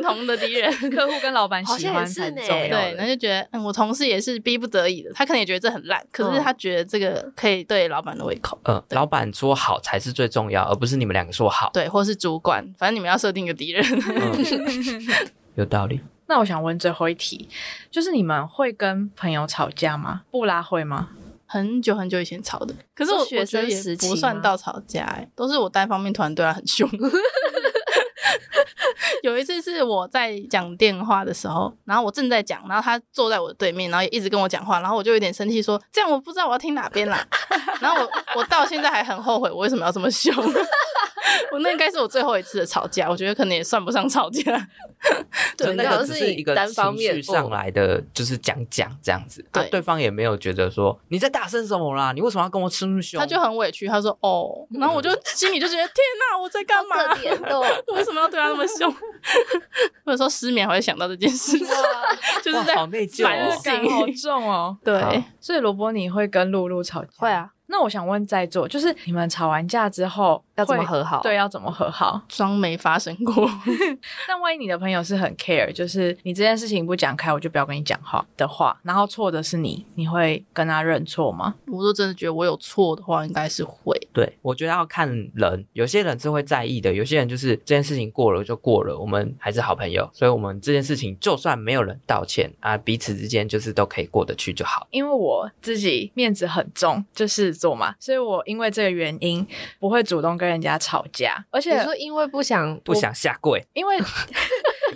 同的敌人。
客户跟老板喜
好像
欢
也是
才
呢
重要的。
对，那就觉得，嗯，我同事也是逼不得已的，他可能也觉得这很烂，可是
嗯
他觉得这个可以对老板的胃口，
嗯，老板说好才是最重要，而不是你们两个说好。
对，或是主管，反正你们要设定一个敌人。
嗯，有道理。
那我想问最后一题，就是你们会跟朋友吵架吗？布拉会吗？
很久很久以前吵的，可是我
是学生
我觉得
时
也
期
不算
吗
到吵架、欸，都是我单方面突然对他很 凶。有一次是我在讲电话的时候，然后我正在讲，然后他坐在我的对面，然后也一直跟我讲话，然后我就有点生气说，这样我不知道我要听哪边 啦。然后我我到现在还很后悔，我为什么要这么凶。 我那应该是我最后一次的吵架，我觉得可能也算不上吵架。
就那
好
个
像
只是一
你
个
单方
情绪
面
上
哦
来的，就是讲讲这样子，啊
对
对方也没有觉得说你在大声什么啦，你为什么要跟我吃凶？
他就很委屈，他说哦，然后我就心里就觉得天哪，我在干
好可
嘛？
怜哦
我为什么要对他那么凶？我有时候失眠还会想到这件事，
啊
就是在
哇好内疚哦
反
反
省
感好重哦。
好
对，
所以罗伯你会跟露露吵架？
会。啊，
那我想问在座，就是你们吵完架之后
要怎么
会
和好？
对，，要怎么和好？
装没发生过。
但万一你的朋友是很 care，就是你这件事情不讲开，我就不要跟你讲话的话，然后错的是你，你会跟他认错吗？
我说真的觉得我有错的话，应该是会。
对，我觉得要看人，有些人是会在意的，有些人就是这件事情过了就过了，我们还是好朋友，所以我们这件事情就算没有人道歉啊，彼此之间就是都可以过得去就好。
因为我自己面子很重，就狮子座嘛，所以我因为这个原因不会主动跟人家吵架，而
你
且
说因为不想
不想下跪，
因为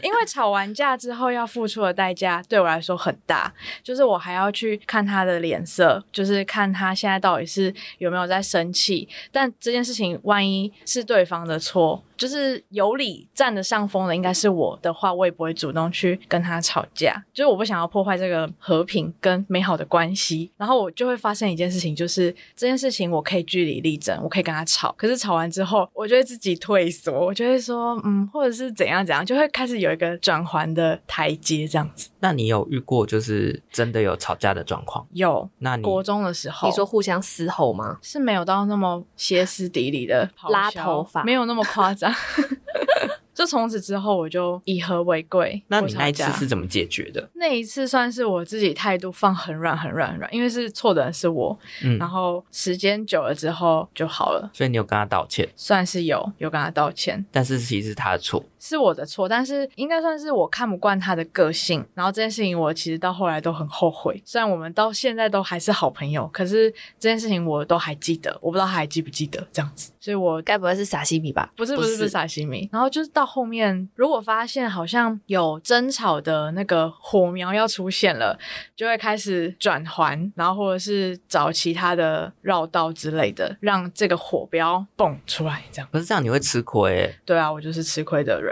因为吵完架之后要付出的代价对我来说很大，就是我还要去看他的脸色，就是看他现在到底是有没有在生气。但这件事情万一是对方的错，就是有理占的上风的应该是我的话，我也不会主动去跟他吵架，就是我不想要破坏这个和平跟美好的关系。然后我就会发现一件事情，就是这件事情我可以据理力争，我可以跟他吵，可是吵完之后，我就会自己退缩，我就会说嗯，或者是怎样怎样，就会开始有一个转环的台阶这样子。
那你有遇过就是真的有吵架的状况？
有
那你
国中的时候，
你说互相嘶吼吗？
是没有到那么歇斯底里的咆哮
拉头 发
没有那么夸张。就从此之后我就以和为贵。
那
我
你那一
吵
次
架
是怎么解决的？
那一次算是我自己态度放很软很软很软，因为是错的人是我，
嗯，
然后时间久了之后就好了，
所以你有跟他道歉，
算是有有跟他道歉，
但是其实是他的错。
是我的错，但是应该算是我看不惯他的个性，然后这件事情我其实到后来都很后悔，虽然我们到现在都还是好朋友，可是这件事情我都还记得，我不知道他还记不记得这样子，所以我
该不会是傻西米吧？
不是
不
不
是
是不是撒西米，然后就是到后面，如果发现好像有争吵的那个火苗要出现了，就会开始转环，然后或者是找其他的绕道之类的，让这个火不要蹦出来。这样
可是这样你会吃亏、欸，
对啊，我就是吃亏的人，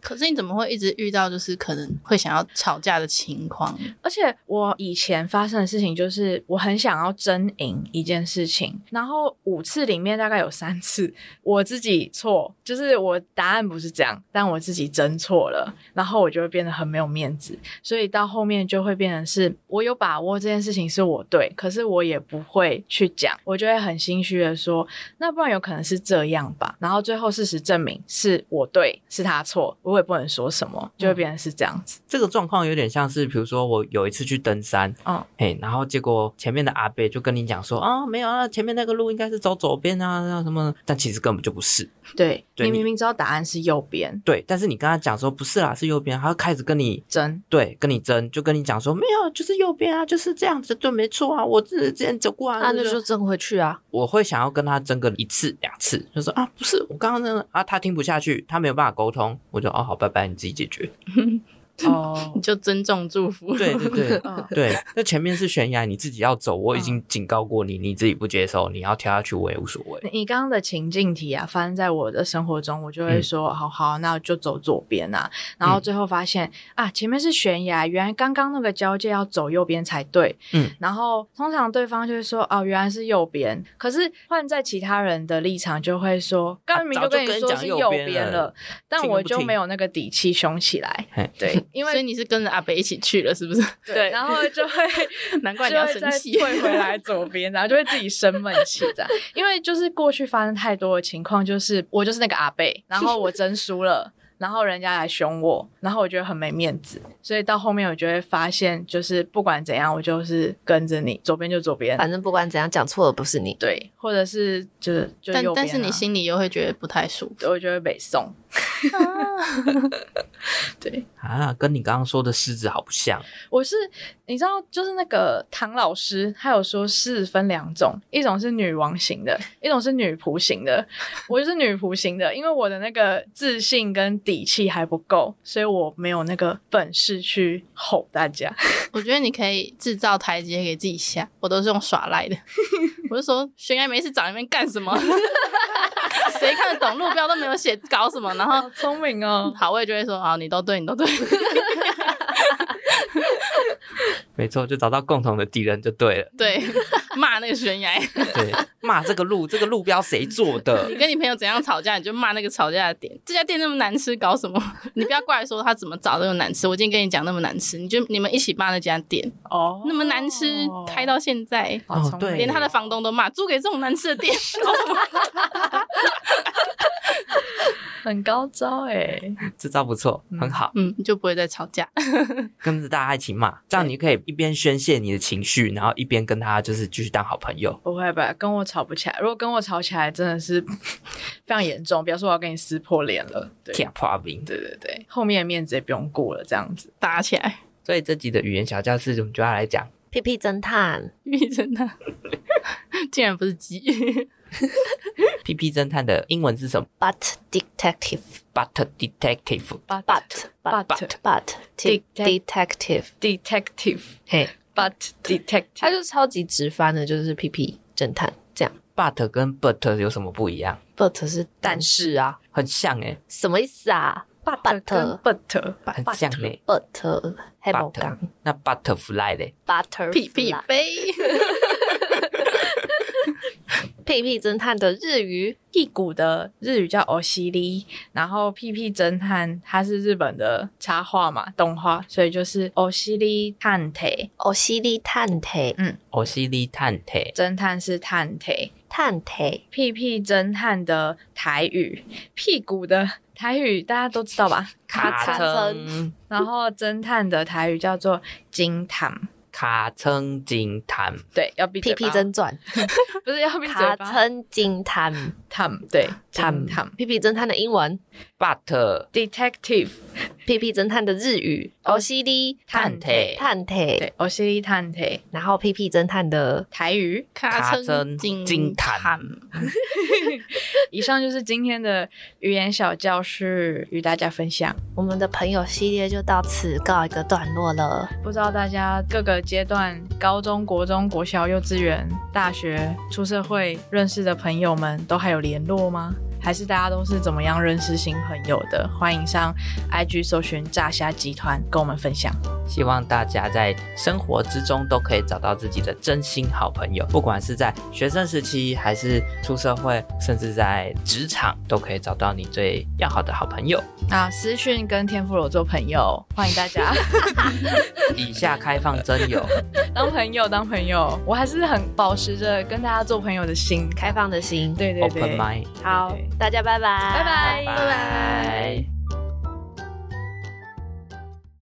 可是你怎么会一直遇到就是可能会想要吵架的情况？
而且我以前发生的事情就是我很想要争赢一件事情，然后五次里面大概有三次我自己错，就是我答案不是这样，但我自己真错了，然后我就会变得很没有面子，所以到后面就会变成是我有把握这件事情是我对，可是我也不会去讲，我就会很心虚的说，那不然有可能是这样吧，然后最后事实证明是我对，是他错，我也不能说什么，就会变成是这样子，
这个状况有点像是，比如说我有一次去登山，
嗯
嘿，然后结果前面的阿贝就跟你讲说啊，没有啊，前面那个路应该是走左边啊，那什么的，但其实根本就不是。
对
对
你
你
明明知道答案是右边，
对，但是你跟他讲说不是啦，是右边，他开始跟你
真
对跟你争，就跟你讲说没有，就是右边啊，就是这样子，对，没错啊，我之之前走过啊。
那就
对
就争回去啊！
我会想要跟他争个一次两次，就说啊，不是我刚刚那个啊，他听不下去，他没有办法沟通，我就哦好，拜拜，你自己解决。
哦
你就尊重祝福。
对 对对
嗯
对，那前面是悬崖，你自己要走，我已经警告过你，你自己不接受，你要跳下去我也无所谓。
你刚刚的情境题啊，发生在我的生活中，我
嗯
就会说，好好，那我就走左边啊。然后最后发现、啊，前面是悬崖，原来刚刚那个交界要走右边才对。
嗯，
然后通常对方就会说，哦，原来是右边。可是换在其他人的立场，就会说， 刚明明
啊早就
跟
跟你
说
讲
是
右
右
边
边
了
了，但
听都
我
不
就
听
没有那个底气凶起来
嘿。
对，因
所以
为
你是跟着阿北一起去了，是不是？
对，然后就会
难怪你要
就会
生
再
气。
退回 来左边，然后就会自己生闷气这样。因为就是过去发生太多的情况，就是我就是那个阿贝，然 后我真输了。然后人家来凶我，然后我觉得很没面子，所以到后面我就会发现，就是不管怎样，我就是跟着你，左边就左边，
反正不管怎样，讲错了不是你。
对，或者是就是就
但
右边啊、
但是你心里又会觉得不太舒 服。
我就会被送。对，
啊，跟你刚刚说的狮子好不像，
我是你知道，就是那个唐老师，他有说狮子分两种，一种是女王型的，一种是女仆型的。我就是女仆型的，因为我的那个自信跟底气还不够，所以我没有那个本事去吼大家。
我觉得你可以制造台阶给自己下，我都是用耍赖的。我就说悬崖没事长那边干什么？ 谁看得懂路标都没有写，搞什么？然后
好聪明 哦！
好位就会说好，你都对，你都对。
没错，就找到共同的敌人就对 了。
对，骂那个悬崖。
对，骂这个路，这个路标谁做的
你？跟你朋友怎样吵架，你就骂那个吵架的点。这家店那么难吃，搞什么？你不要怪说他怎么找那么难吃。我今天跟你讲那么难吃，你就你们一起骂那家店，
哦，
那么难吃，开到现在。
好聪明
哦对
连他的房东都骂，租给这种难吃的店，
很高招哎、
这招不错，很好，
嗯，你就不会再吵架。
跟着大家一起骂，这样你可以一边宣泄你的情绪，然后一边跟他就是继续当好朋友。
不会吧？跟我吵不起来。如果跟我吵起来，真的是 非常严重。比要说我要跟你撕破脸了，对
天破冰。
对对对，后面的面子也不用顾了，这样子。
打起来，
所以这集的语言小教室，我们就要来讲
屁屁侦探，
玉真的竟然不是鸡，
《屁屁侦探》的英文是什么
But detective,
？But detective。
but but
But
but de-
Detec-
detective，
detective
嘿，
but detective，
他就超级直翻的，就是屁屁侦探这样。
But 跟 But 有什么不一样？
But 是但是啊，
很像哎、
什么意思啊
跟
？But 欸
but
很像哎、
but 黑毛刚
But 那 Butterfly 嘞？
butter
屁屁飞。
屁屁侦探的日语，
屁股的日语叫欧西里，然后屁屁侦探它是日本的插画嘛，动画，所以就是欧西里探探，
哦西利探腿
我是利探探，
侦探是探探，
探腿，
屁屁侦探的台语，屁股的台语大家都知道吧？
卡
称
然后侦探的台语叫做金探，
卡称警探，
对，要闭
屁
嘴
屁
巴，
真传，
不是要闭
卡
嘴巴，
称金探
探对
探
金探
屁屁侦探的英文，
but
detective
屁屁侦探的日语，哦西利
探
探
探腿，
对，欧西里探探
然后屁屁侦探的
台语。
卡
称
称
金
金坦
坦，
以上就是今天的语言小教室与大家分享。
我们的朋友系列就到此告一个段落了。
不知道大家各个阶段，高中、国中、国小、幼稚园、大学、出社会认识的朋友们，都还有联络吗？还是大家都是怎么样认识新朋友的？欢迎上 IG 搜寻炸虾集团，跟我们分享。
希望大家在生活之中都可以找到自己的真心好朋友，不管是在学生时期，还是出社会，甚至在职场，都可以找到你最要好的好朋友。
那私讯跟天妇罗做朋友，欢迎大家
以下开放真友，
当朋友，当朋友。我还是很保持着跟大家做朋友的心，
开放的心。
对对
Open
对，
mind，
好
对，
大家拜拜，
拜拜
拜拜。